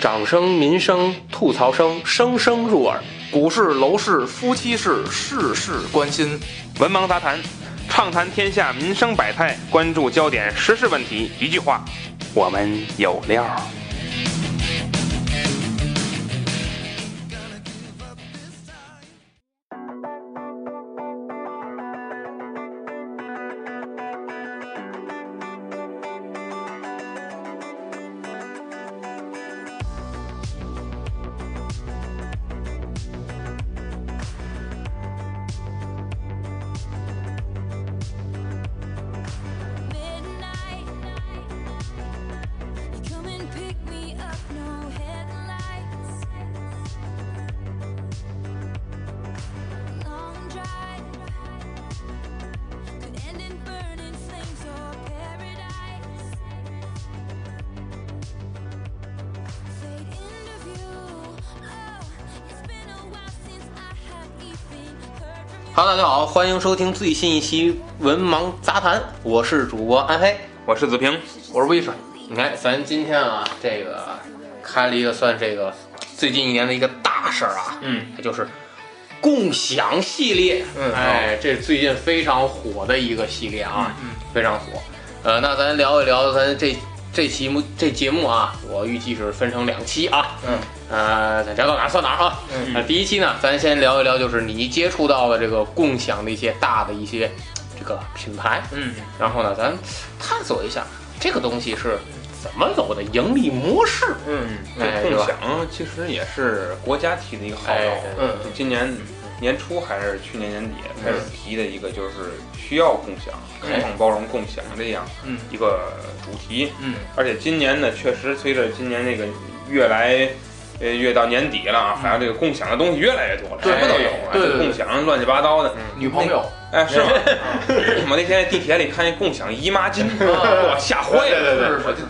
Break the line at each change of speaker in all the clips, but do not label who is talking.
掌声、民生、吐槽声，声声入耳。
股市、楼市、夫妻事，事事关心。
文盲杂谈，畅谈天下民生百态，关注焦点时事问题。一句话，我们有料。
midnight. You come and pick me up, no headlights. Long drive could end in burning flames or paradise. Fade into view. Oh, it's been a while since I have even heard from you.
Hello，大家好，欢迎收听最新一期《文盲杂谈》，我是主播安黑，
我是子平，
我是魏帅。你看，咱今天啊，这个开了一个算这个最近一年的一个大事儿啊，
嗯，
它就是共享系列，
嗯
哎，这是最近非常火的一个系列啊，非常火。呃，那咱聊一聊咱这这期目这节目啊，我预计是分成两期啊，
嗯，
呃，咱聊到哪儿算哪儿啊。
嗯
那第一期呢，咱先聊一聊，就是你接触到的这个共享的一些大的一些这个品牌，
嗯，
然后呢，咱探索一下这个东西是怎么走的盈利模式。
嗯，
哎
这
对吧
共享其实也是国家提的一个号召
哎，
嗯
就今年年初还是去年年底开始
嗯
提的一个，就是需要共享、
哎
开放、包容、共享这样
嗯
一个主题。
嗯，
而且今年呢，确实随着今年这个越来。呃，越到年底了啊，反正这个共享的东西越来越多了，什
嗯对
么都有啊，
对对对嗯
共享乱七八糟的。
女朋友，
哎，是吗？ 我那天在地铁里看见共享姨妈巾，
啊
我吓坏了，
是
我就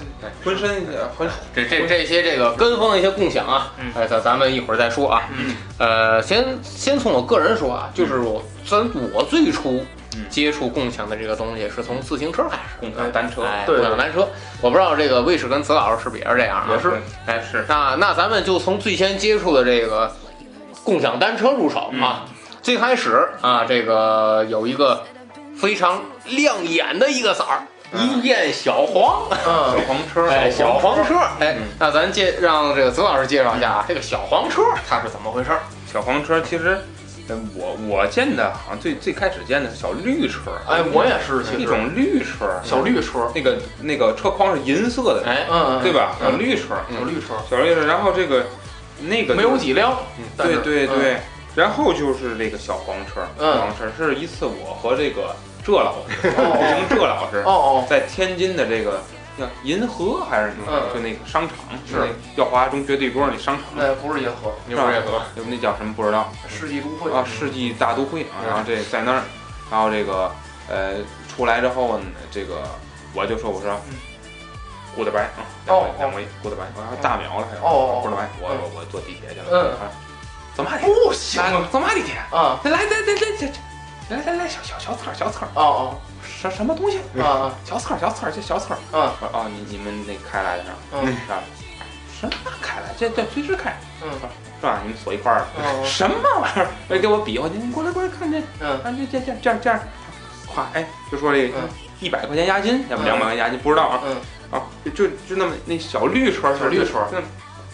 浑身呃浑身
这这这些这个跟风的一些共享啊，
嗯
哎，咱咱们一会儿再说啊。
嗯，
呃，先先从我个人说啊，就是我咱我最初
嗯
接触共享的这个东西是从自行车开始，
共享呃单车，
哎，
哦对
共享单车。我不知道这个卫士跟子老师是不是也是这样啊？
也是，
哎
是
那那咱们就从最先接触的这个共享单车入手啊。最开始啊，这个有一个非常亮眼的一个色儿，一见小黄，
呃小
嗯，
黄车，
嗯哎，小黄车，哎
嗯，
那咱介让这个子老师介绍一下啊，这个小黄车它是怎么回事儿？
小黄车其实，呃，我我见的好像最最开始见的是小绿车，啊
哎，我也是，其
一
实
种绿车，
小绿车，
那个那个车筐是银色的，
哎，
嗯，
对吧？
嗯
小绿车，
嗯？小绿车
小绿车，然后这个那个
没有，几辆，但
对
是
嗯对，对，然后就是这个小黄车，
嗯
小黄车是一次我和这个浙老师，
嗯
北
哦
京浙老师
哦哦，
在天津的这个。叫银河还是什么？
嗯
就那个商场，
是
就那耀华中学对过那商场，
那哎不是银河，
你不认可？
就那叫什么不知道。
世纪都会
啊，世纪大都会啊，
嗯
然后这在那儿，然后这个呃出来之后呢，这个我就说我说
嗯
goodbye 啊，两
哦
回两回 goodbye，我还大秒了还
哦哦哦
goodbye，我
嗯
我我坐地铁去了，
嗯
啊，走嘛地铁，
不行
来走嘛地铁，
啊，
来来来来来来来来小小小刺儿小刺儿，
哦
什什么东西？
哦啊
小刺儿小刺儿这小刺儿，
啊
我说哦你你们那开来的是吧？
嗯
是吧？什么开来？这这随时开
嗯
是吧？你们锁一块儿了。
嗯
什么玩意儿？哎，给我比划，你过来过来看这
嗯
啊，这这这这样这样，夸哎，就说这个
嗯
一百块钱押金，要不
嗯
两百块钱押金，不知道啊
嗯
啊，就就那么那小绿车似的，
小绿车
就，就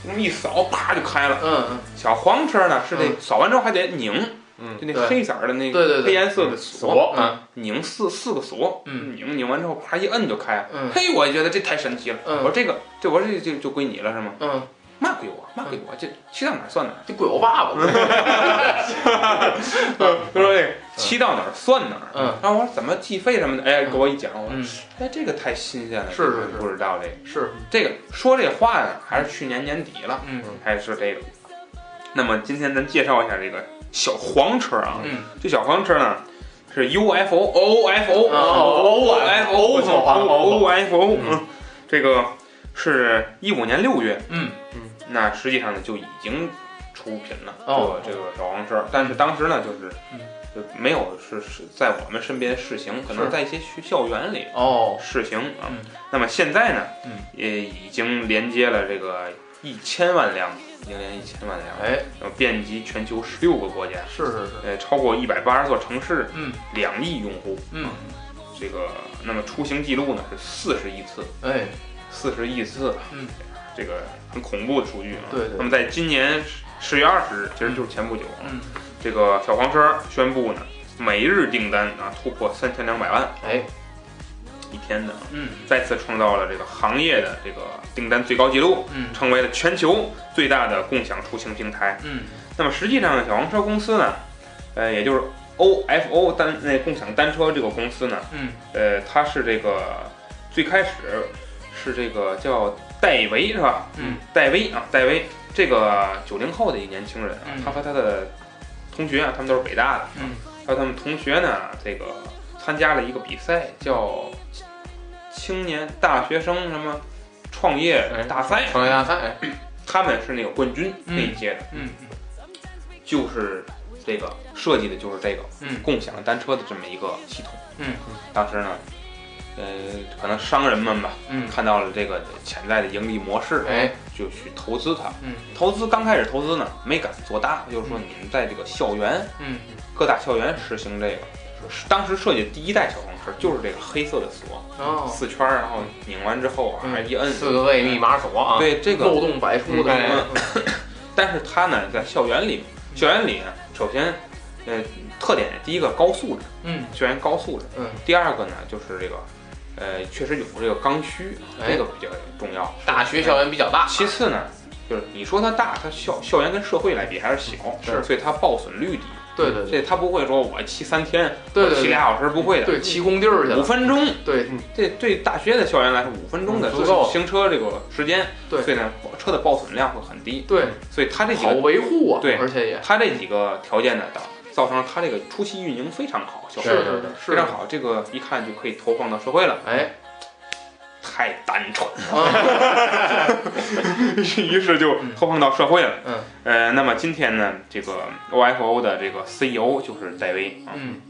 那么一扫，啪就开了。
嗯，
小黄车呢是
嗯
那扫完之后还得拧，
嗯
就那
对
黑色儿的那
对对
个
对
黑颜色的
锁
锁，
啊，
拧四四个锁，
嗯
拧拧完之后啪一摁就开了。
嗯
嘿，我觉得这太神奇了。
嗯
我说这个，这我说这就就归你了是吗？
嗯，
嘛归我，嘛归我，这骑到哪儿算哪儿。
这鬼我爸
嗯
爸，
就 说这骑到哪儿算哪儿。
嗯，
然后我说怎么计费什么的，哎，
嗯
给我一讲，我
嗯
说哎，这个太新鲜了，
是
这个
是是
不知道这个
是，
这个说这话呢，还是去年年底了，
嗯
还是这个。那么今天咱介绍一下这个小黄车啊，
嗯
这小黄车呢是 UFO OFO
啊，O
OFO
O O
OFO，嗯，这个是一五年六月
嗯
那实际上呢就已经出品了，
哦
这个这个小黄车，但是当时呢就是
嗯。
就没有是是在我们身边试行，可
是
能在一些学校园里
哦，
试行啊。
嗯
那么现在呢，
嗯
也已经连接了这个一千万辆，一年一千万辆，
哎，
然后遍及全球十六个国家，
是是是，
呃，超过一百八十座城市，
嗯
两亿用户，
嗯，
这个那么出行记录呢是四十亿次，
哎，
四十亿次，
嗯，
这个很恐怖的数据啊。
对对
那么在今年十月二十日，其实就是前不久，
嗯，
这个小黄车宣布呢，每日订单啊突破三千两百万
哎，
一天的啊，
嗯
再次创造了这个行业的这个订单最高纪录，
嗯
成为了全球最大的共享出行平台。
嗯
那么实际上，小黄车公司呢，呃，也就是 OFO 单那共享单车这个公司呢，
嗯
呃，它是这个最开始是这个叫戴维是吧？
嗯，
戴维啊，戴维这个九零后的一年轻人啊，
嗯
他和他的同学啊，他们都是北大的，
嗯，
还有他们同学呢，这个参加了一个比赛，叫青年大学生什么创业
哎
大赛，
创哎业大赛，哎
他们是那个冠军
嗯
那一届的，
嗯
就是这个设计的就是这个
嗯
共享单车的这么一个系统。
嗯，
当时呢，呃，可能商人们吧，
嗯
看到了这个潜在的盈利模式，
哎，
就去投资它。
嗯
投资刚开始投资呢，没敢做大，就是说你们在这个校园
嗯
各大校园实行这个。是当时设计第一代小黄车就是这个黑色的锁，
哦，
四圈儿，然后拧完之后啊，
嗯
一摁，
四个位密码锁啊，，
对这个
漏洞百出的，
哎
但是它呢，在校园里，校园里呢，首先，呃，特点第一个高素质，
嗯
校园高素质。
嗯。
第二个呢，就是这个，呃，确实有这个刚需，
哎
这个比较重要。
大学校园比较大，
其次呢，就是你说它大，它校校园跟社会来比还是小，
是
所以它报损率低。
对对对
这它不会说我骑三天，
对
我
对
骑
对
俩小时不会的。
对，骑工地儿去
五
了，
分钟，
对
这对大学的校园来说，五分钟的
嗯足够
行车这个时间，
对
所以呢，车的报损量会很低，
对，
所以它这几
好
个
维护啊，
对
而且也
它这几个条件呢，导造成了它这个初期运营非常好，小
对
是
黄
对
车
是
对
是
非常，好，这个一看就可以投放到社会了，
哎，
太单纯，
啊，
于是就投放到社会了。
嗯，
呃，那么今天呢，这个 OFO 的这个 CEO 就是戴维啊，
嗯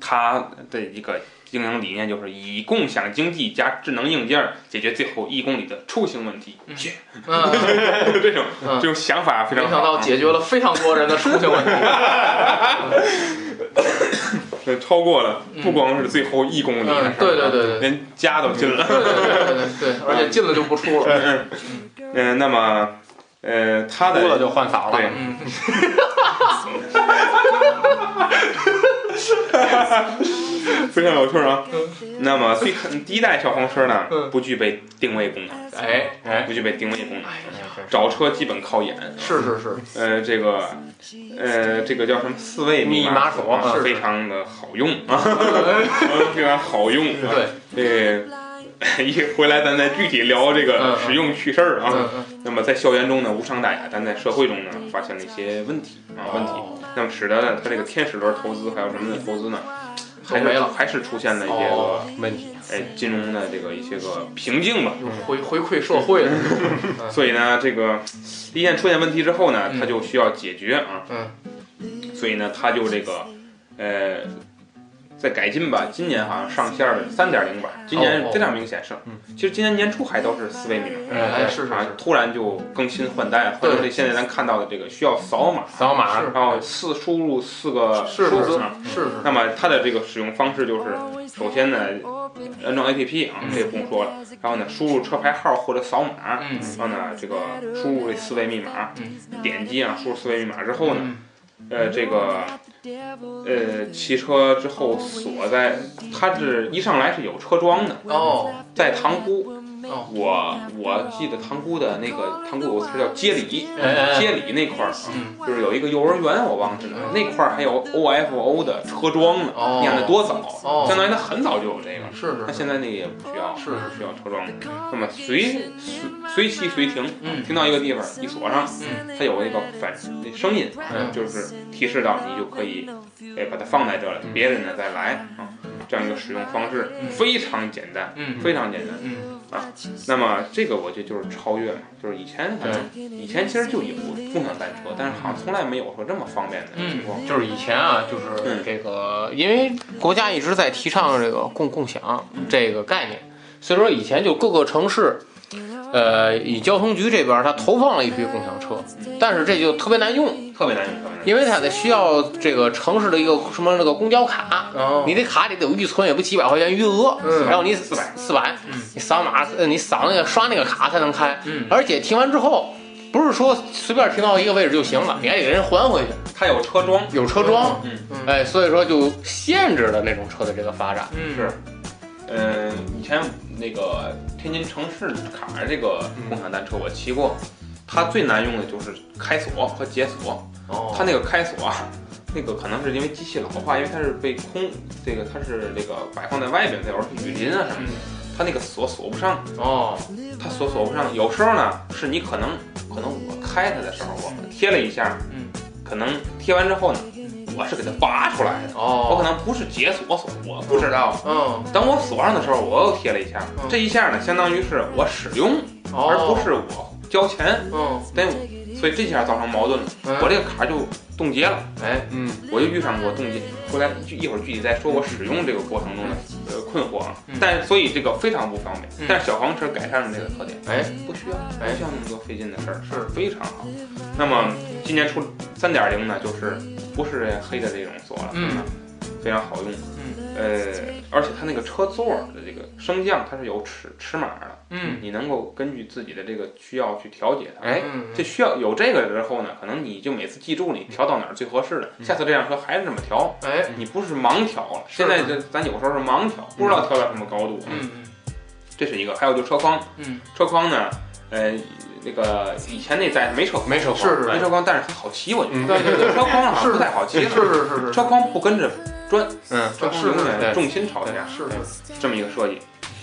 他的一个经营理念就是以共享经济加智能硬件儿解决最后一公里的出行问题。切
嗯，
这种
嗯
这种想法非
没
常好。啊
想到解决了非常多人的出行 问题，
对超过了，
嗯
不光是最后一公里的
嗯
事儿，
对对对对
连家都进了。
对对对对对，而且进了就不出了，
嗯，嗯那么，呃，他
哭了
的
就换嗓了，
对
嗯，
非常有趣儿啊。那么最开第一代小黄车呢，
嗯
不具备定位功能，
哎，
哎，
不具备定位功能，
真
找车基本靠眼。
是是是，
呃，这个，呃，这个叫什么四位
密
码
码锁
啊
是
非常的好 用啊，非常好用。啊
对，，
这 一回来咱再具体聊这个
嗯
使用趣事儿啊。
嗯嗯
那么在校园中呢无伤大雅，但在社会中呢发现了一些问题啊问题，
哦
那么使得呢他这个天使轮投资还有什么的投资呢，还是
都没了
还是出现了一些个
哦
问题，
哎金融的这个一些个瓶颈吧。
回回馈社会了，
所以呢这个一旦出现问题之后呢，
嗯
他就需要解决啊，
嗯
所以呢他就这个呃。在改进吧，今年好像上线了三点零版，今
哦
年
哦
非常明显上。其实今年年初还都是四位密码，
哎，
哎，
是是
啊
是，，
突然就更新换代，换成这现在咱看到的这个需要扫码，
扫码
是
然后四输入四个
是
数
是嗯
字
是
啊。
是
那么它的这个使用方式就是，首先呢，安装 APP 啊，这个不用说了。然后呢，输入车牌号或者扫码，
嗯
然后呢，这个输入这四位密码，
嗯
点击啊，输入四位密码之后呢，
嗯
呃，这个呃，骑车之后锁在，它是一上来是有车桩的，
哦
在塘沽，
哦
我我记得塘沽的那个塘沽有个词叫街里，
哎哎哎
街里那块儿啊，
嗯
就是有一个幼儿园，我忘记了，那块儿还有 OFO 的车桩呢，
哦
你看那多早，
哦
相当于它很早就有这个。
是
那
是
现在那个也不需要，
是
不需要车桩。那么随随随骑随停，
嗯
停到一个地方一锁上，
嗯
它有那个反那声音，
嗯
就是提示到你就可以，哎，把它放在这里，别人呢再来啊，这样一个使用方式非常简单，
嗯
非常简单。
嗯
啊，那么这个我觉得就是超越嘛，就是以前可能以前其实就有共享单车，但是好像从来没有说这么方便的情况。
就是以前啊，就是这个，因为国家一直在提倡这个共共享这个概念，所以说以前就各个城市呃，以交通局这边儿它投放了一批共享车，但是这就特别难用，
特别难用，特别难
因
用。
为它得需要这个城市的一个什么那个公交卡，
哦
你这卡里得有预存，也不几百块钱余额，
嗯
然后你
400
四百，你扫码，呃你扫那个刷那个卡才能开，
嗯
而且停完之后。不是说随便停到一个位置就行了，你还得给人还回去，
它有车桩，
有车桩，
嗯，
嗯
哎，所以说就限制了那种车的这个发展。
嗯
是嗯，以前那个天津城市卡这个共享单车我骑过，它最难用的就是开锁和解锁。
哦，
它那个开锁啊，那个可能是因为机器老化，因为它是被空，这个它是那个摆放在外边的，有时候是雨淋啊
嗯
什么的，它那个锁锁不上，
哦，
它锁锁不上。有时候呢，是你可能可能我开它的时候，我贴了一下，
嗯，
可能贴完之后呢，我是给它拔出来的，我可
哦，
能不是解锁锁，我不知道。
嗯，
等我锁上的时候，我又贴了一下
嗯，
这一下呢，相当于是我使用，
哦，
而不，是我交钱，
嗯，
但所以这下造成矛盾了，
嗯
我这个卡就冻结了，
哎，
嗯，
我就遇上过冻结。后来一一会儿具体再说我使用这个过程中的呃困惑啊
嗯，
但所以这个非常不方便
嗯。
但是小黄车改善了这个特点，
哎，
不需要，不
哎
需要那么多费劲的事儿，
是
非常好。那么今年出三点零呢，就是不是黑的这种锁了，啊
嗯，
非常好用。
嗯，
呃，而且它那个车座儿的这个升降，它是有尺尺码的，
嗯，
你能够根据自己的这个需要去调节它。
哎，
嗯，
这需要有这个之后呢，可能你就每次记住你调到哪儿最合适了，
嗯
下次这辆车还是这么调，
哎，
你不是盲调了。现在这咱有时候是盲调，不知道调到什么高度。，
嗯
这是一个。还有就是车筐，
嗯，
车筐呢，呃，那个以前那代没车哎筐，
没车
是是
没车筐，但是很好骑，我觉
嗯
得。对对，车筐好像
是
不太好骑
是
了，
是是是，
车筐不跟着砖，
嗯，
车筐永远重心朝下。
是是，
这么一个设计。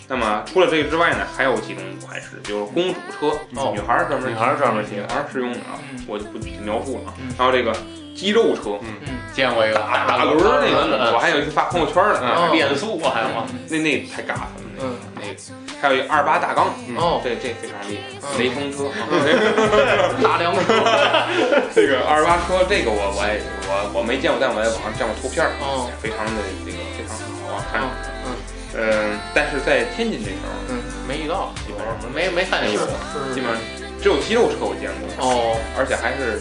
那么除了这个之外呢，还有几种款式，比如公主车，
哦
女孩儿专门
女孩儿专门骑
女孩儿适用的啊
嗯，
我就不描述了啊
嗯。
还有这个肌肉车，
见过一个
打轮儿那个，我
我
还有一次发朋友圈儿呢，
嗯
变速我还有吗？
那那太尬了，那
嗯，
那个还有一个二八大杠，
哦，
这这非常厉害，
嗯
雷锋车啊，
大梁车，
这个二八车这个我我也我我没见过，但我在网上见过图片儿，
哦，
非常的这个非常好啊，看，
嗯
嗯，但是在天津这头儿
嗯，
没遇到，
基本上
没没看见
是
过。
是，
基本上只有肌肉车我见过，
哦，
而且还是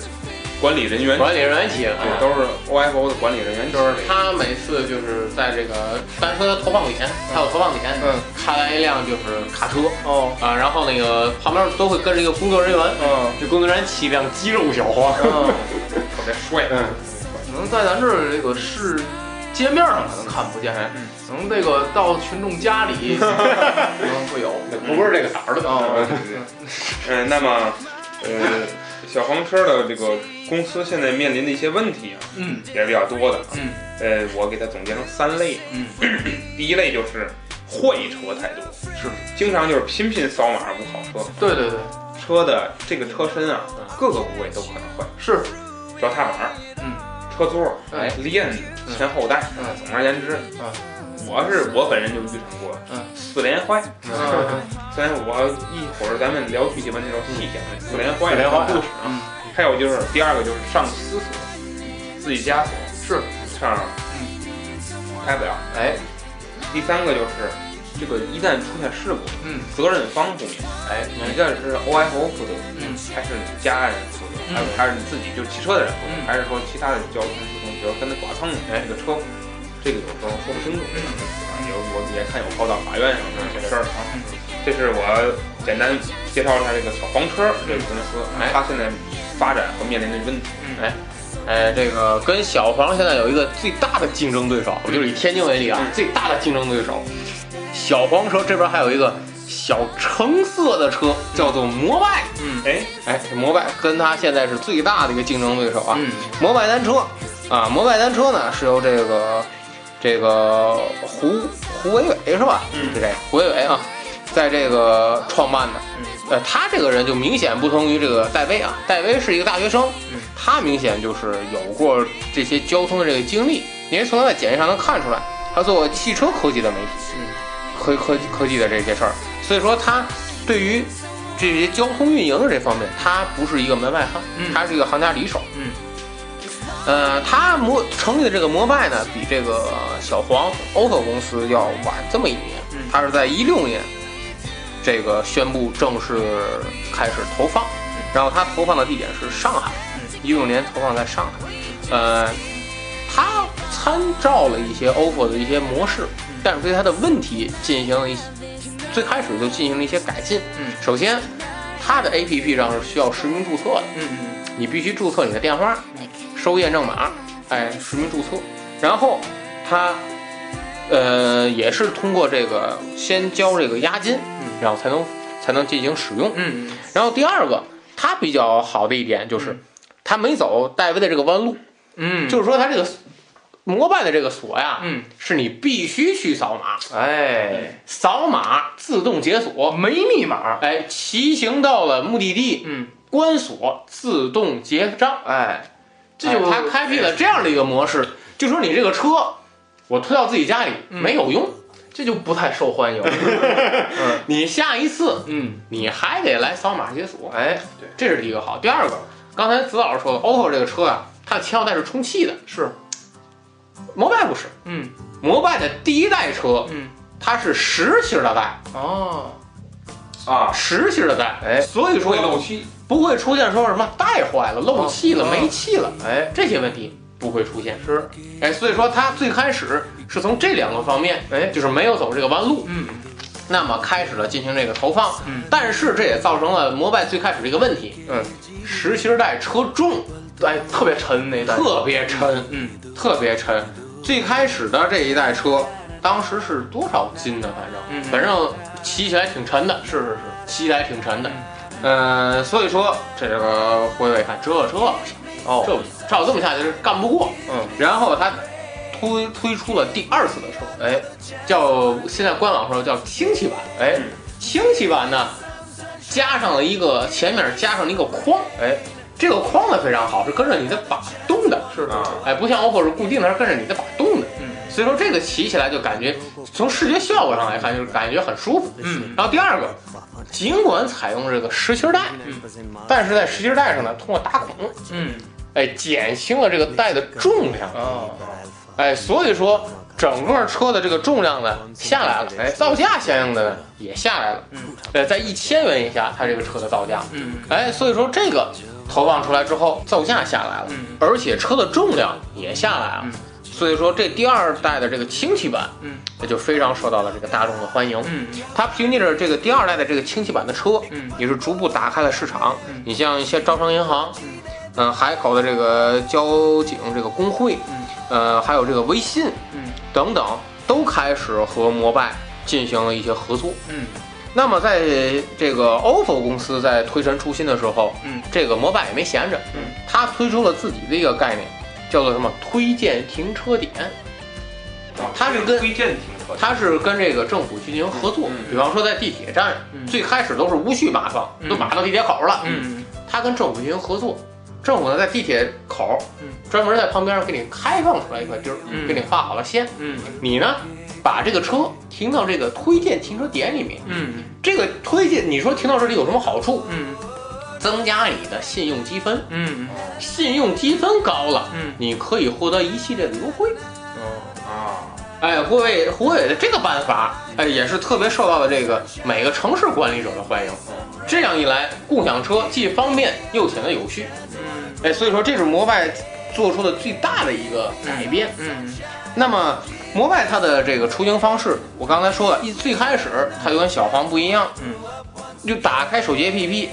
管理人员，
管理人员骑的
对，，都是 OFO 的管理人员，就是
他每次就是在这个单车投放点，还有投放点，
嗯，
开来一辆就是卡车
哦，
啊，然后那个旁边都会跟着一个工作人员，
嗯
这工作人员骑一辆肌肉小花，
嗯。
特别帅。
嗯，
可能在咱这儿这个是街面上可能看不见，可能这个到群众家里可能会有。
不是这个色儿的
哦，
嗯，那么，呃，小黄车的这个公司现在面临的一些问题啊，
嗯
也是比较多的。
嗯，
呃，我给它总结成三类。
嗯，
第一类就是坏车太多，
是，
经常就是频频扫码不好车，
对对对，
车的这个车身啊，
嗯
各个部位都可能坏，
是，
脚踏板，
嗯，
车座，
哎
链子，前后带，
嗯
总而言之，
嗯
我是我本人就遇上过，
嗯
四连坏。
嗯
虽然我一会儿咱们聊具体问题的时候细啊讲四连坏
四连坏
的故事啊。
嗯，
还有就是第二个就是上私锁，自己家锁
是，
上
嗯
开不了。
哎，
第三个就是这个一旦出现事故，
嗯
责任方不明，
哎，
你这是 OFO 负责，
嗯
还是你家人负责，
嗯
还有还是你自己就是骑车的人负责，
嗯
还是说其他的交通事故，比如跟他剐蹭哎这个车，这个有时候说不清楚。
嗯
啊有我也看有报道法院上的这些事儿啊
嗯。
这是我简单介绍一下这个小黄车这个公司，
哎
它现在发展和面临的问题。
嗯，
哎，哎，这个跟小黄现在有一个最大的竞争对手，我就是以天津为例啊，
嗯
最大的竞争对手，小黄车这边还有一个小橙色的车，叫做摩拜。
嗯
哎，
哎，摩拜跟它现在是最大的一个竞争对手啊。
嗯
摩拜单车啊，摩拜单车呢是由这个这个胡胡伟伟是吧？
嗯
是这个胡伟伟啊，在这个创办的。
嗯
呃，他这个人就明显不同于这个戴维啊，戴维是一个大学生，
嗯
他明显就是有过这些交通的这个经历，因为从他的简历上能看出来，他做过汽车科技的媒体，
嗯
科科科技的这些事儿，所以说他对于这些交通运营的这方面，他不是一个门外汉，
嗯
他是一个行家里手。
嗯，
呃，他摩成立的这个摩拜呢，比这个小黄 OPPO 公司要晚这么一年
嗯，
他是在一六年这个宣布正式开始投放，
嗯
然后它投放的地点是上海，一六年投放在上海，呃，它参照了一些 OPPO 的一些模式，但是对它的问题进行了一些最开始就进行了一些改进。
嗯
首先，它的 APP 上是需要实名注册的，
嗯嗯
你必须注册你的电话，收验证码，哎，实名注册，然后它呃也是通过这个先交这个押金，然后才能才能进行使用。
嗯嗯，
然后第二个，它比较好的一点就是，它没走戴维的这个弯路，
嗯，
就是说它这个摩拜的这个锁呀，
嗯，
是你必须去扫码，
哎，
扫码自动解锁，
没密码，
哎，骑行到了目的地，
嗯，
关锁自动结账，
哎，这
这就
就是
它开辟了这样的一个模式，就说你这个车，我推到自己家里
嗯
没有用，
这就不太受欢迎。嗯
你下一次
嗯，
你还得来扫码解锁，
哎，
这是第一个好。第二个，刚才子老师说的，OPPO 这个车啊，它的前腰带是充气的，
是，
摩拜不是，
嗯
摩拜的第一代车
嗯，
它是实心儿的带，
哦，
啊，
实心儿的带，
哎
所以说
会漏气，
不会出现说什么带坏了、漏气了、
哦
没气了
哎，
这些问题不会出现。
是，
哎，所以说它最开始是从这两个方面，
哎，
就是没有走这个弯路，
嗯
那么开始了进行这个投放。
嗯
但是这也造成了摩拜最开始的一个问题，
嗯，
实心儿带车重，
哎，特别沉那单，
特别沉，
嗯，
特别沉。最开始的这一代车，当时是多少斤呢？反正，
嗯
反正骑起来挺沉的，
是嗯是是，
骑起来挺沉的。呃，所以说这个辉伟看这这不行，
哦，
这不行照这么下去是干不过。
嗯，
然后他推推出了第二次的车，
哎
叫现在官网上叫氢气版。嗯
哎
氢气版呢，加上了一个前面加上了一个框，
哎，
这个框呢非常好，是跟着你的把动的，
是的，
啊
哎，不像 OPPO 是固定的，是跟着你的把动的。
嗯，
所以说这个骑起来就感觉从视觉效果上来看，就是感觉很舒服。
嗯
然后第二个，尽管采用这个实心带，但是在实心带上呢，通过打孔，
嗯，
哎，减轻了这个带的重量，
哦，
哎，所以说整个车的这个重量呢下来了，哎，造价相应的呢也下来了，
嗯
呃，在一千元以下，它这个车的造价，
嗯
哎，所以说这个投放出来之后，造价下来了，
嗯
而且车的重量也下来了，
嗯
所以说这第二代的这个轻气版，
嗯
也就非常受到了这个大众的欢迎。
嗯
它凭借着这个第二代的这个轻气版的车，
嗯
也是逐步打开了市场。
嗯
你像一些招商银行，
嗯
嗯，海口的这个交警这个工会，
嗯
呃，还有这个微信
嗯
等等，都开始和摩拜进行了一些合作。
嗯
那么在这个 OPPO 公司在推陈出新的时候，
嗯，
这个摩拜也没闲着，
嗯，
它推出了自己的一个概念，叫做什么推荐停车点，它是跟
推荐停车，
它是跟这个政府进行合作，
嗯嗯
比方说在地铁站，
嗯
最开始都是无序码放，
嗯
都码到地铁口了，
嗯
它跟政府进行合作，政府呢在地铁口，
嗯
专门在旁边给你开放出来一块地儿，
嗯
给你画好了线，
嗯
你呢把这个车停到这个推荐停车点里面，
嗯
这个推荐你说停到这里有什么好处？
嗯
增加你的信用积分，
嗯
信用积分高了，
嗯，
你可以获得一系列的优惠。
哦，
啊，
哎，胡伟胡伟的这个办法，哎，也是特别受到了这个每个城市管理者的欢迎。这样一来，共享车既方便又显得有序。
嗯
哎，所以说这是摩拜做出的最大的一个改变。
嗯
那么摩拜它的这个出行方式，我刚才说了，一最开始它就跟小黄不一样，
嗯，
就打开手机 APP，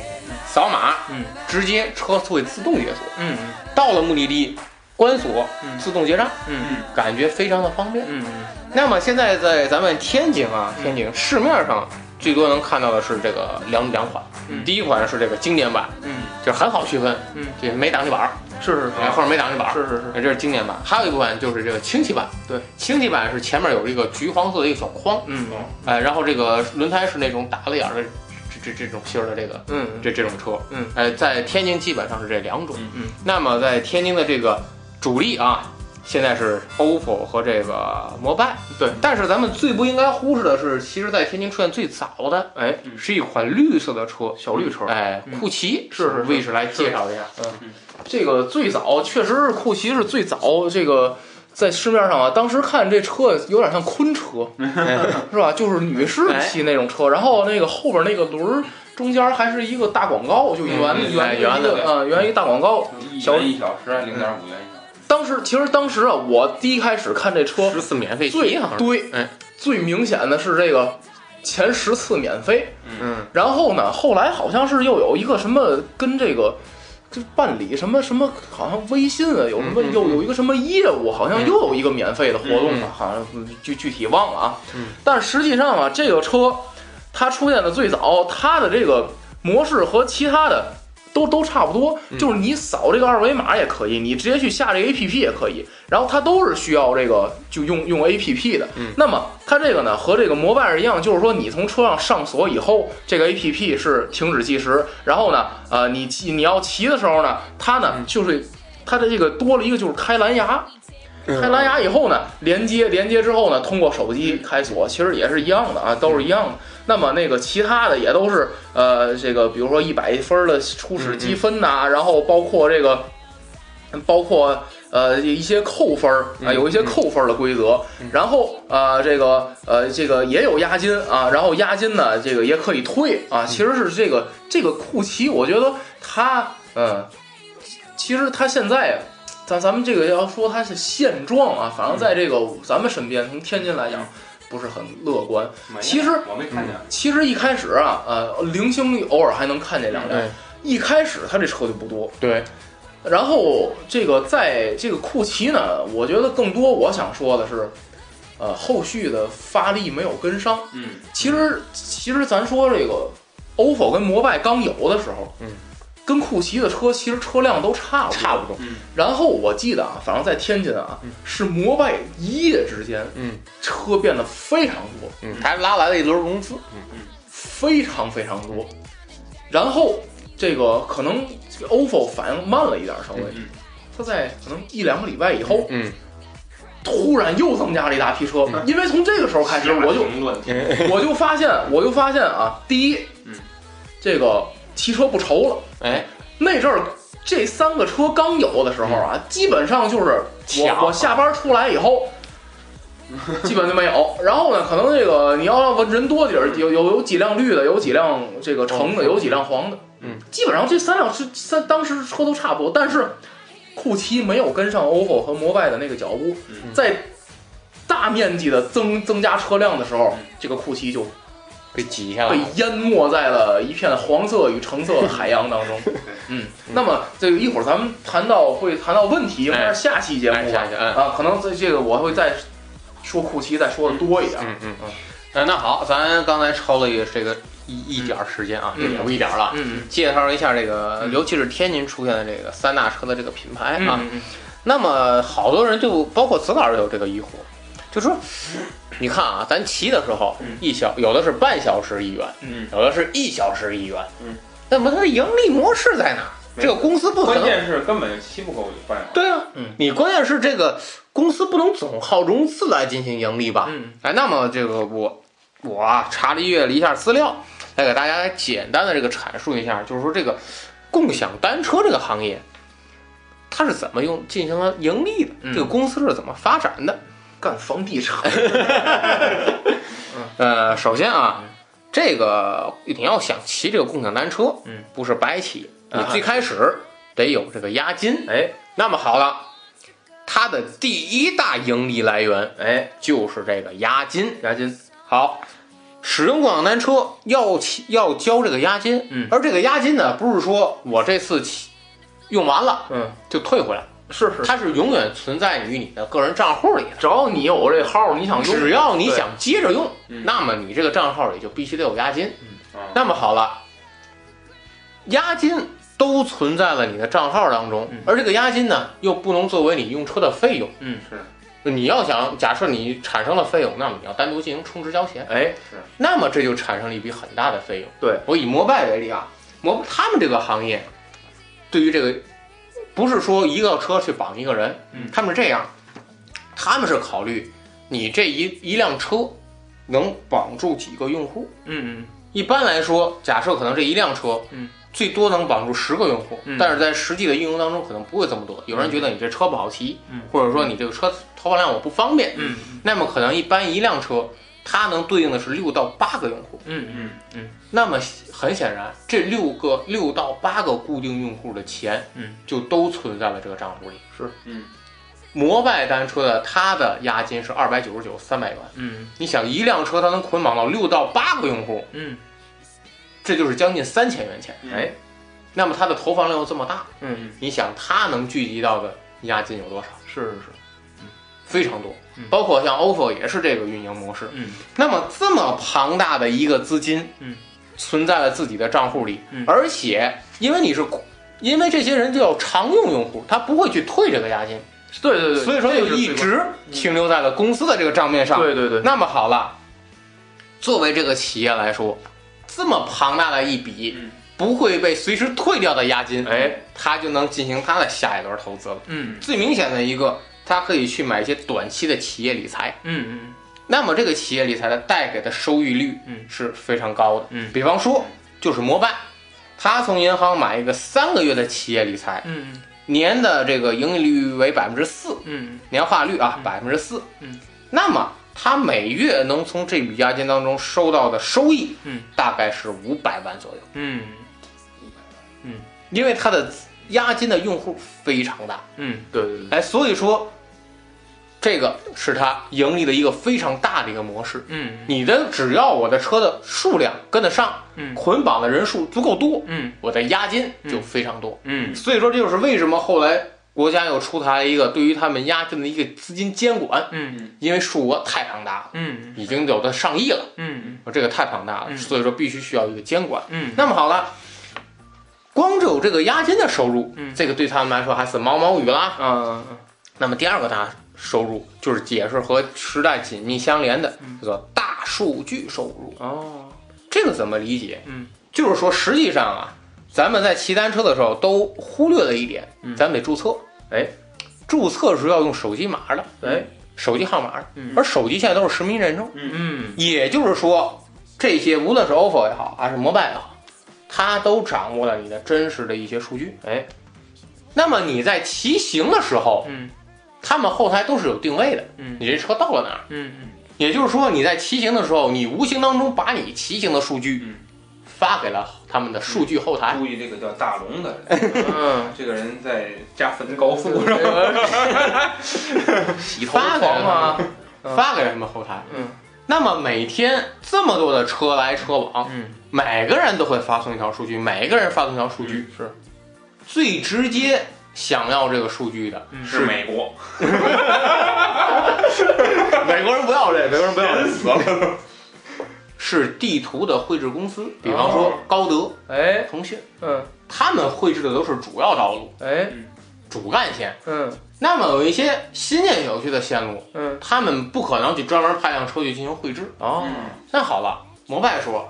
扫码，
嗯，
直接车会自动解锁，
嗯
到了目的地关锁，
嗯
自动结账，
嗯
感觉非常的方便。
嗯
那么现在在咱们天津啊，
嗯
天津市面上最多能看到的是这个两两款，
嗯
第一款是这个经典版，
嗯
就是很好区分，
嗯，哦
就是没挡泥板儿，
是是
哎后面没挡泥板儿，
是是是，
哎，这是经典版，还有一部分就是这个轻骑版。
对，
轻骑版是前面有一个橘黄色的一个小框，
嗯
哎，然后这个轮胎是那种打了眼儿的这这这种型儿的这个
嗯
这这种车。
嗯
哎，在天津基本上是这两种。
嗯
嗯。
那么在天津的这个主力啊，现在是 OPPO 和这个摩拜。
对，
但是咱们最不应该忽视的是，其实在天津出现最早的，哎，
嗯
是一款绿色的车，
小绿车
哎，
嗯
酷奇。
是是是
嗯魏是来介绍一下。
这个最早确实是酷奇是最早这个在市面上啊，当时看这车有点像昆车，是吧？就是女士骑那种车，然后那个后边那个轮儿中间还是一个大广告，就圆
嗯
圆一
哎圆的
个嗯圆一个大广告。
一
小
元一小时，零点五元一小时。
当时其实当时啊，我第一开始看这车
十次免费
最
骑好像是，
对
哎，
最明显的是这个前十次免费，
嗯，
然后呢，后来好像是又有一个什么跟这个就办理什么什么，好像微信啊有什么
嗯嗯嗯
又有一个什么业务，好像又有一个免费的活动
嗯嗯嗯
啊，好像具具体忘了啊
嗯。
但实际上啊，这个车它出现的最早，它的这个模式和其他的。都都差不多，
嗯
就是你扫这个二维码也可以，你直接去下这个 A P P 也可以，然后它都是需要这个就用用 A P P 的。
嗯
那么它这个呢和这个摩拜是一样，就是说你从车上上锁以后，这个 A P P 是停止计时，然后呢，呃，你骑你要骑的时候呢，它
嗯
呢就是它的这个多了一个就是开蓝牙。
嗯
开蓝牙以后呢，连接连接之后呢，通过手机开锁，其实也是一样的啊，都是一样的。那么那个其他的也都是呃，这个比如说一百分儿的初始积分呐、
嗯
然后包括这个，包括呃一些扣分儿啊、
嗯
有一些扣分儿的规则。然后呃，这个呃这个也有押金啊，然后押金呢这个也可以退啊。
嗯
其实是这个这个库奇，我觉得他嗯，其实他现在。咱咱们这个要说他是现状啊，反正在这个咱们身边，从天津来讲，不是很乐观。其实
我没看见，
其实一开始啊，呃，零星偶尔还能看见两辆。
对
一开始他这车就不多，
对，
然后这个在这个库奇呢，我觉得更多我想说的是，呃，后续的发力没有跟上。
嗯，
其实其实咱说这个 ofo 跟摩拜刚有的时候，
嗯，
跟库奇的车其实车辆都差不多
差不多，
嗯
然后我记得啊，反正在天津啊，是摩拜一夜之间
嗯
车变得非常多，
嗯，还拉来了一轮融资，
非常非常多。
嗯
然后这个可能这个 OFO 反应慢了一点儿，稍微
嗯，
它在可能一两个礼拜以后，
嗯
突然又增加了一大批车，因为从这个时候开始，
啊
我就嗯
论，
我就发现，我就发现啊，第一
嗯，
这个提车不愁了，
哎，
那阵儿。这三个车刚有的时候啊，基本上就是
抢
我我下班出来以后，基本就没有。然后呢，可能这个你要让人多点儿，有有有几辆绿的，有几辆这个橙的，有几辆黄的，
嗯，
基本上这三辆是三当时车都差不多，但是库奇没有跟上 OPPO 和摩拜的那个脚步，
嗯
在大面积的增增加车辆的时候
嗯，
这个库奇就
被挤下来
被
了，
淹没在了一片黄色与橙色的海洋当 中。嗯，那么这个一会儿咱们谈到会谈到问题，应该是下期节
哎，
目吧
下。去，哎。
啊，可能这这个我会再说库奇再说的多一点。
嗯嗯
嗯
嗯，那好，咱刚才超了一个这个一一点儿时间啊，
嗯
也不一点儿了。
嗯
介绍一下这个，
嗯
尤其是天津出现的这个三大车的这个品牌啊。
嗯
那么好多人就包括子老师有这个疑惑，就说，你看啊，咱骑的时候
嗯
一小有的是半小时一元，
嗯，
有的是一小时一元，
嗯，
那么它的盈利模式在哪儿？
没
这个公司不可
关
能。
键是根本吸不够饭碗。
对啊，
嗯
你关键是这个公司不能总靠融资来进行盈利吧？
嗯
哎，那么这个我我啊查了阅了一下资料，来给大家简单的这个阐述一下，就是说这个共享单车这个行业，它是怎么用进行了盈利的，
嗯
这个公司是怎么发展的？
干房地产。
呃，首先啊，这个你要想骑这个共享单车，
嗯，
不是白骑，你
啊
最开始得有这个押金。
哎
那么好了，它的第一大盈利来源
哎，
就是这个押金。
押金。
好，使用共享单车要起要交这个押金，
嗯
而这个押金呢，不是说我这次起用完了
嗯，
就退回来，
是是，
它是永远存在于你的个人账户里的。
只要你有这号，你想
只
用，
要你想接着用，
嗯
那么你这个账号里就必须得有押金。
啊，
那么好了，押金都存在了你的账号当中，
嗯
而这个押金呢，又不能作为你用车的费用。
嗯，
是。
你要想假设你产生了费用，那么你要单独进行充值交钱。
哎，
那么这就产生了一笔很大的费用。
对
我以摩拜为例啊，摩他们这个行业，对于这个不是说一个车去绑一个人，
嗯
他们是这样，他们是考虑你这一一辆车能绑住几个用户。
嗯
一般来说，假设可能这一辆车，
嗯，
最多能绑住十个用户，
嗯
但是在实际的应用当中可能不会这么多。有人觉得你这车不好骑，
嗯
或者说你这个车投放量我不方便，
嗯
那么可能一般一辆车它能对应的是六到八个用户。
嗯
嗯
那么很显然，这六个六到八个固定用户的钱，
嗯，
就都存在了这个账户里。
嗯
摩拜单车的它的押金是二百九十九三百元，
嗯
你想一辆车它能捆绑到六到八个用户，
嗯
这就是将近三千元钱。
嗯
哎
那么它的投放量又这么大，
嗯，
你想它能聚集到的押金有多少？
是是是，
非常多
嗯，
包括像 OFO 也是这个运营模式。
嗯
那么这么庞大的一个资金，
嗯，
存在了自己的账户里，
嗯
而且因为你是，因为这些人叫常用用户，他不会去退这个押金，
对对对，
所以说
这
就
个是
一
最
直停留在了公司的这个账面上。
嗯关对对对，
那么好了，作为这个企业来说，这么庞大的一笔
嗯
不会被随时退掉的押金，
哎，
他就能进行他的下一轮投资了。
嗯
最明显的一个，他可以去买一些短期的企业理财。
嗯
那么这个企业理财的带给的收益率，
嗯
是非常高的。
嗯
比方说，就是摩拜，他从银行买一个三个月的企业理财，
嗯
年的这个盈利率为百分之四，
嗯
年化率啊
嗯
百分之四。
嗯，
那么他每月能从这笔押金当中收到的收益，
嗯，
大概是五百万左右，
嗯
因为他的押金的用户非常大，
嗯，对对对，
哎，所以说。这个是他盈利的一个非常大的一个模式，
嗯
你的只要我的车的数量跟得上，
嗯
捆绑的人数足够多，
嗯
我的押金就非常多。
嗯
所以说，这就是为什么后来国家又出台一个对于他们押金的一个资金监管，
嗯
因为数额太庞大了，
嗯
已经有的上亿了，
嗯
这个太庞大了，
嗯
所以说必须需要一个监管。
嗯
那么好了。光只有这个押金的收入，
嗯
这个对他们来说还是毛毛雨啦。
啊
那么第二个大收入就是也是和时代紧密相连的，
嗯
叫做大数据收入。
哦
这个怎么理解？
嗯，
就是说实际上啊，咱们在骑单车的时候都忽略了一点，
嗯
咱们得注册。
哎，
注册是要用手机码的，
哎
手机号码的。
嗯
而手机现在都是实名认证，
嗯
也就是说，这些无论是 OFO 也好，还是摩拜也好，它都掌握了你的真实的一些数据。
哎
那么你在骑行的时候，
嗯
他们后台都是有定位的，
嗯
你这车到了哪儿？
嗯
也就是说，你在骑行的时候，你无形当中把你骑行的数据
嗯
发给了他们的数据后
哎
台。
注意这个叫大龙的人，
嗯，
这个人在加分高速上，
嗯 洗头
发给
狂
他
啊，
们，发给他们后台。
嗯
那么每天这么多的车来车往，
嗯
每个人都会发送一条数据，每个人发送一条数据，
嗯是
最直接想要这个数据的，
嗯
是美国，
美国人不 要这，美国人不要这，
死了，
是地图的绘制公司，比方说
哦
高德、
哎
腾讯，
嗯
他们绘制的都是主要道路、
哎
主干线。
嗯
那么有一些新建小区的线路，
嗯
他们不可能去专门派辆车去进行绘制。
嗯
哦
那好了，摩拜说，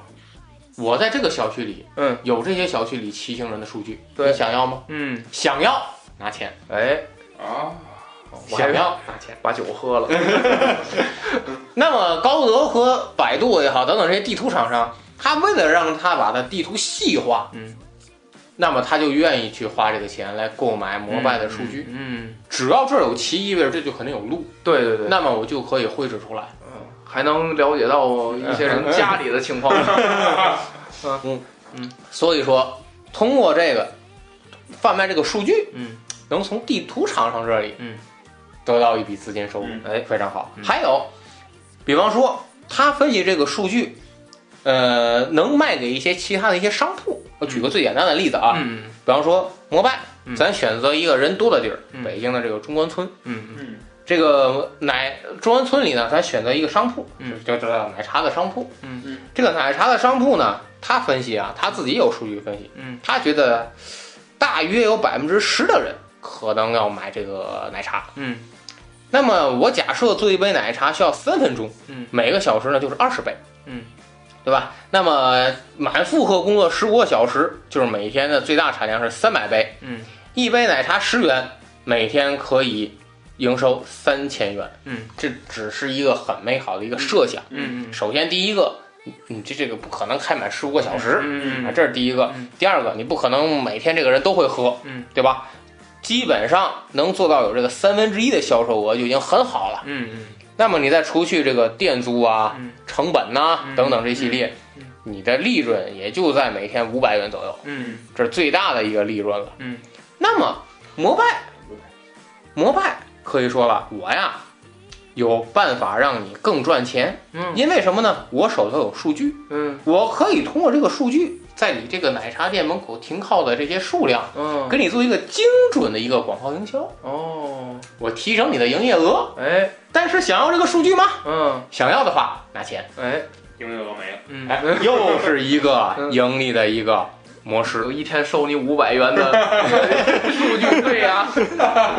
我在这个小区里
嗯
有这些小区里骑行人的数据，
对
你想要吗？
嗯
想要拿钱，
哎，
啊，
还
想要拿钱。
把酒喝了，
那么高德和百度也好，等等这些地图厂商，他为了让他把它地图细化，
嗯，
那么他就愿意去花这个钱来购买摩拜的数据。
嗯
只要这儿有旗，意味着这就肯定有路，
对对对，
那么我就可以绘制出来。
还能了解到一些人家里的情况，
所以说，通过这个贩卖这个数据，
嗯
能从地图厂商这里，
嗯，
得到一笔资金收入。
嗯
哎，非常好。
嗯
还有，比方说他分析这个数据，呃，能卖给一些其他的一些商铺。我举个最简单的例子啊，
嗯
比方说摩拜，
嗯
咱选择一个人多的地儿，
嗯
北京的这个中关村。
嗯
嗯
这个奶中关村里呢，咱选择一个商铺，
嗯
就就叫奶茶的商铺。
嗯
嗯
这个奶茶的商铺呢，他分析啊，他自己有数据分析，
嗯，
他觉得大约有百分之十的人可能要买这个奶茶，
嗯，
那么我假设做一杯奶茶需要三分钟，
嗯，
每个小时呢就是二十杯，
嗯，
对吧？那么满负荷工作十五个小时，就是每天的最大产量是三百杯，
嗯，
一杯奶茶十元，每天可以营收三千元，
嗯，
这只是一个很美好的一个设想。
嗯嗯
首先第一个，你这这个不可能开满十五个小时，啊，
嗯
这是第一个
嗯。
第二个，你不可能每天这个人都会喝，
嗯，
对吧？基本上能做到有这个三分之一的销售额就已经很好了。
嗯
那么你再除去这个店租啊、
嗯
成本呐、
嗯
等等这系列
嗯嗯，
你的利润也就在每天五百元左右，
嗯
这是最大的一个利润了。
嗯，
那么摩拜，摩拜可以说了，我呀有办法让你更赚钱，
嗯
因为什么呢？我手头有数据，
嗯
我可以通过这个数据，在你这个奶茶店门口停靠的这些数量，
哦
嗯，
给你做一个精准的一个广告营销，
哦，
我提升你的营业额。
哎，
但是想要这个数据吗？
嗯，
想要的话，拿 钱。
哎，
营业额没了，
嗯，
哎，又是一个
嗯
盈利的一个模式。
有一天收你五百元 的数据费啊呀、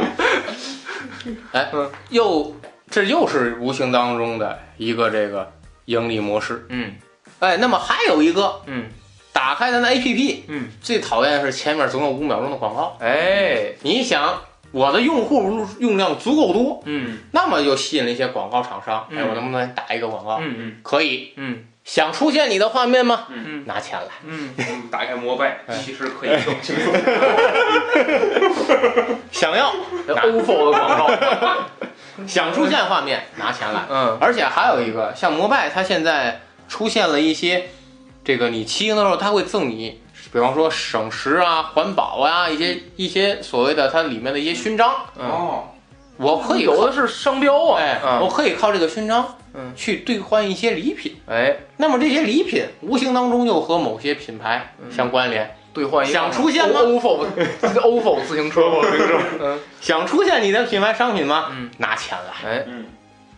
哎
嗯，
又这又是无形当中的一个这个盈利模式。
嗯
哎，那么还有一个，
嗯
打开咱的 APP，
嗯，
最讨厌的是前面总有五秒钟的广告。
哎，
你想，我的用户用量足够多，
嗯
那么就吸引了一些广告厂商，哎，
嗯
我能不能打一个广告？
嗯嗯
可以，
嗯
想出现你的画面吗？
嗯
拿钱来。
嗯，
嗯打开摩拜
哎
其实可以 更轻松。
想要
，OFO 的广告，
想出现画面，拿钱来。
嗯
哦
而且还有一个，像摩拜，它现在出现了一些，这个你骑行的时候，它会赠你，比方说省时啊、环保啊，一些一些所谓的它里面的一些勋章，
嗯，
哦，
我可以
有
靠
的是商标啊，
哎，我
嗯
可以靠这个勋章，
嗯
去兑换一些礼品。
哎，
那么这些礼品无形当中就和某些品牌
嗯
相关联，
兑换一
想出现吗
OFO OFO 自行车，嗯，
想出现你的品牌商品吗？
嗯，
拿钱来。
哎，
嗯，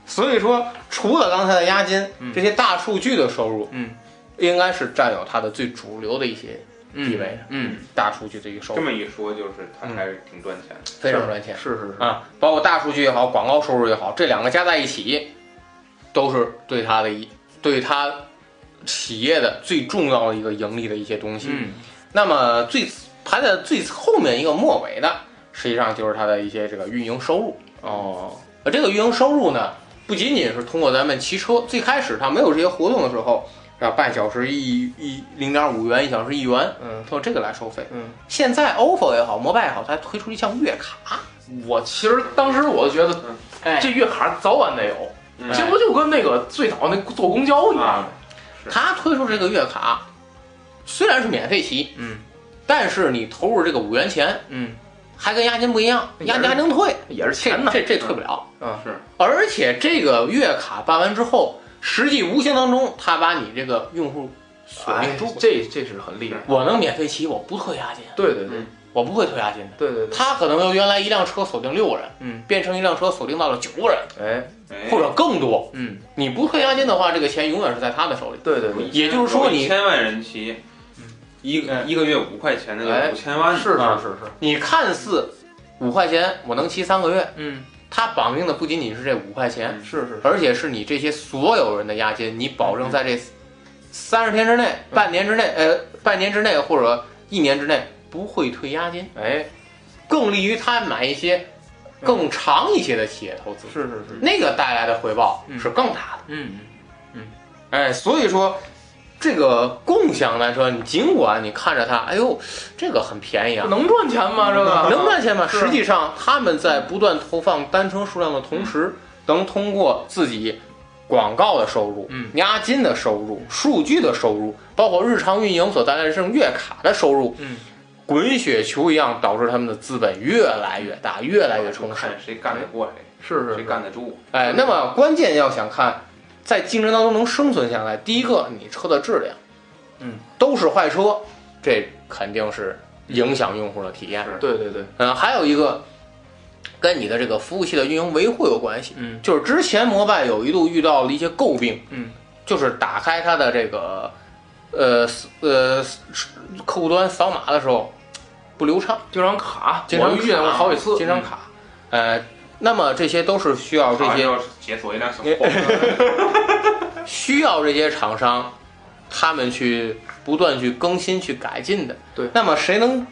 所以说，除了刚才的押金，
嗯
这些大数据的收入，
嗯，
应该是占有它的最主流的一些
嗯
地位的，
嗯，
大数据的一个收
这
入
么一说就是它还是挺赚钱的，
非常赚钱
是是是，
啊，包括大数据也好，广告收入也好，这两个加在一起，都是对它的一对它企业的最重要的一个盈利的一些东西。
嗯
那么最排在最后面一个末尾的，实际上就是它的一些这个运营收入。
哦，
而这个运营收入呢，不仅仅是通过咱们骑车，最开始它没有这些活动的时候，啊，半小时一一零点五元，一小时一元，
嗯
通过这个来收费。
嗯，
现在 OFO 也好，摩拜也好，它推出一项月卡，
我其实当时我就觉得
嗯
哎
这月卡早晚得有，
嗯啊
这不就跟那个最早那坐公交一
啊
样吗？
它推出这个月卡，虽然是免费骑，
嗯，
但是你投入这个五元钱，
嗯，
还跟押金不一样，
也
押
是
金还能退，
也是
这
钱呢，
这这退不了。
嗯
是，
而且这个月卡办完之后，实际无形当中，它把你这个用户锁
哎
定住。
这这是很厉害，
我能免费骑，我不退押金，
对对对
我不会退押金的。
对对对，
他可能由原来一辆车锁定六个人，
嗯，
变成一辆车锁定到了九个人
哎，
哎
或者更多。
嗯，
你不退押金的话，这个钱永远是在他的手里。
对对对，
也就是说你嗯
一千万人骑，一个一个月五块钱，那
哎
就五千万。
是
啊
是是是，
你看似五块钱我能骑三个月，
嗯，
他绑定的不仅仅是这五块钱，
嗯
是是，
而且是你这些所有人的押金，你保证
嗯
在这三十天之内、半年之内、呃，半年之内或者一年之内不会退押金，
哎，嗯
更利于他买一些更长一些的企业投资，
是是是，
那个带来的回报
嗯
是更大的。
嗯，
哎，所以说。这个共享单车，你尽管你看着它，哎呦，这个很便宜啊，
嗯能赚钱吗？这个
能赚钱吗？
啊是
实际上，他们在不断投放单车数量的同时，能通过自己广告的收入、
嗯
押金的收入、数据的收入，包括日常运营所带来的这种月卡的收入，
嗯，
滚雪球一样，导致他们的资本越来越大，越来越充实。
哦
看谁干得过谁，
是是
谁
是，
干得住。
哎，那么关键要想看，在竞争当中能生存下来，第一个你车的质量，
嗯，
都是坏车，这肯定是影响用户的体验。
是
对对对，
嗯，还有一个跟你的这个服务器的运营维护有关系。
嗯
就是之前摩拜有一度遇到了一些诟病，
嗯，
就是打开它的这个呃呃客户端扫码的时候不流畅，
经常卡，
经常
我遇见过好几次，嗯
经常卡。呃，那么这些都是需要哦这
好像
些哎
要解锁一辆小货，
需要这些厂商他们去不断去更新去改进的。
对
那么谁能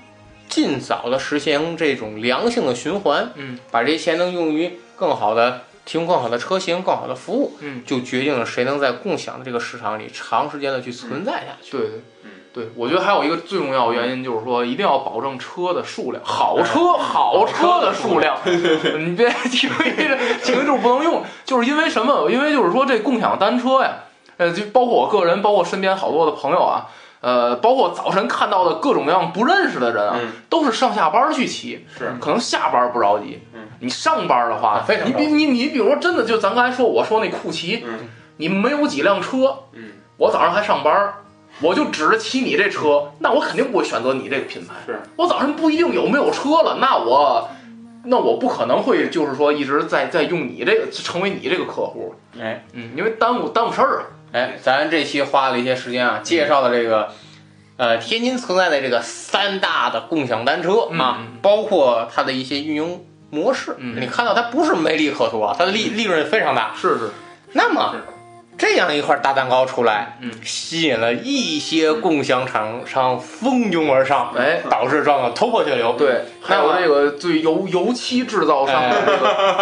尽早的实现这种良性的循环？
嗯，
把这些钱能用于更好的提供更好的车型、更好的服务，
嗯，
就决定了谁能在共享的这个市场里长时间的去存在下去。
对对
嗯。
对，我觉得还有一个最重要的原因就是说，一定要保证车的数量，好车、好车的数量。你别停一停就是不能用，就是因为什么？因为就是说这共享单车呀，呃，就包括我个人，包括身边好多的朋友啊，呃，包括早晨看到的各种各样不认识的人啊，
嗯
都是上下班去骑，
嗯
是
可能下班不着急，
嗯
你上班的话，
非常
你比
着急
你你比如说真的就咱刚才说我说那酷
哎
骑，
嗯
你没有几辆车，
嗯，
我早上还上班。我就指着骑你这车，那我肯定不会选择你这个品牌。
是
我早上不一定有没有车了，那我，那我不可能会就是说一直在在用你这个成为你这个客户，
哎，
嗯，因为耽误耽误事儿啊。
哎，咱这期花了一些时间啊，介绍了这个，呃，天津存在的这个三大的共享单车
嗯
啊，包括它的一些运营模式。
嗯
你看到它不是没利可图啊，它的利利润非常大。
是是，
那么
是
这样一块大蛋糕出来，
嗯
吸引了一些共享厂商蜂拥而上，
哎
导致撞得头破血流。，
对，还有
那
这个对油油漆制造商的这个，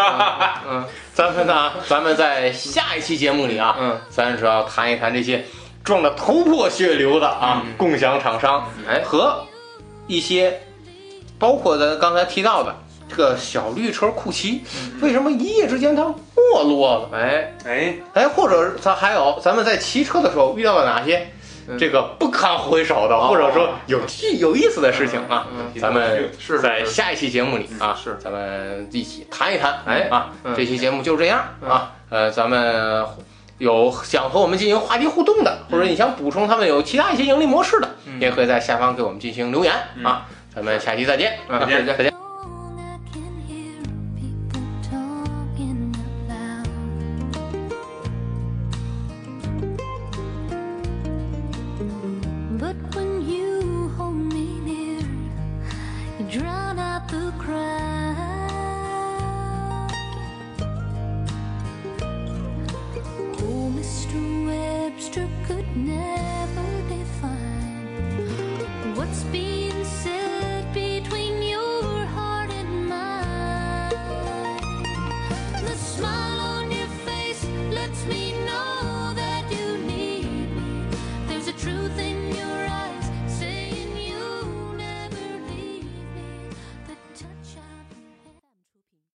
嗯
咱们呢，咱们在下一期节目里啊，
嗯，
咱主要谈一谈这些撞得头破血流的啊、
嗯
共享厂商，
哎
和一些包括咱刚才提到的这个小绿车酷奇，为什么一夜之间它没落了？
嗯哎，
哎，
哎，或者咱还有咱们在骑车的时候遇到了哪些
嗯
这个不堪回首的，
哦
或者说有趣有意思的事情啊？
嗯，
咱们
是
在
是
下一期节目里啊，
是
咱们一起谈一谈。
哎
啊
嗯，
这期节目就这样啊。呃，咱们有想和我们进行话题互动的，或者你想补充他们有其他一些盈利模式的，
嗯
也可以在下方给我们进行留言
嗯
啊。咱们下期再见，
嗯
再见，再见。
alone, I can hear people talking about. But when you hold me near, you drown out the crowd. Oh, Mr. Webster could never define what's been.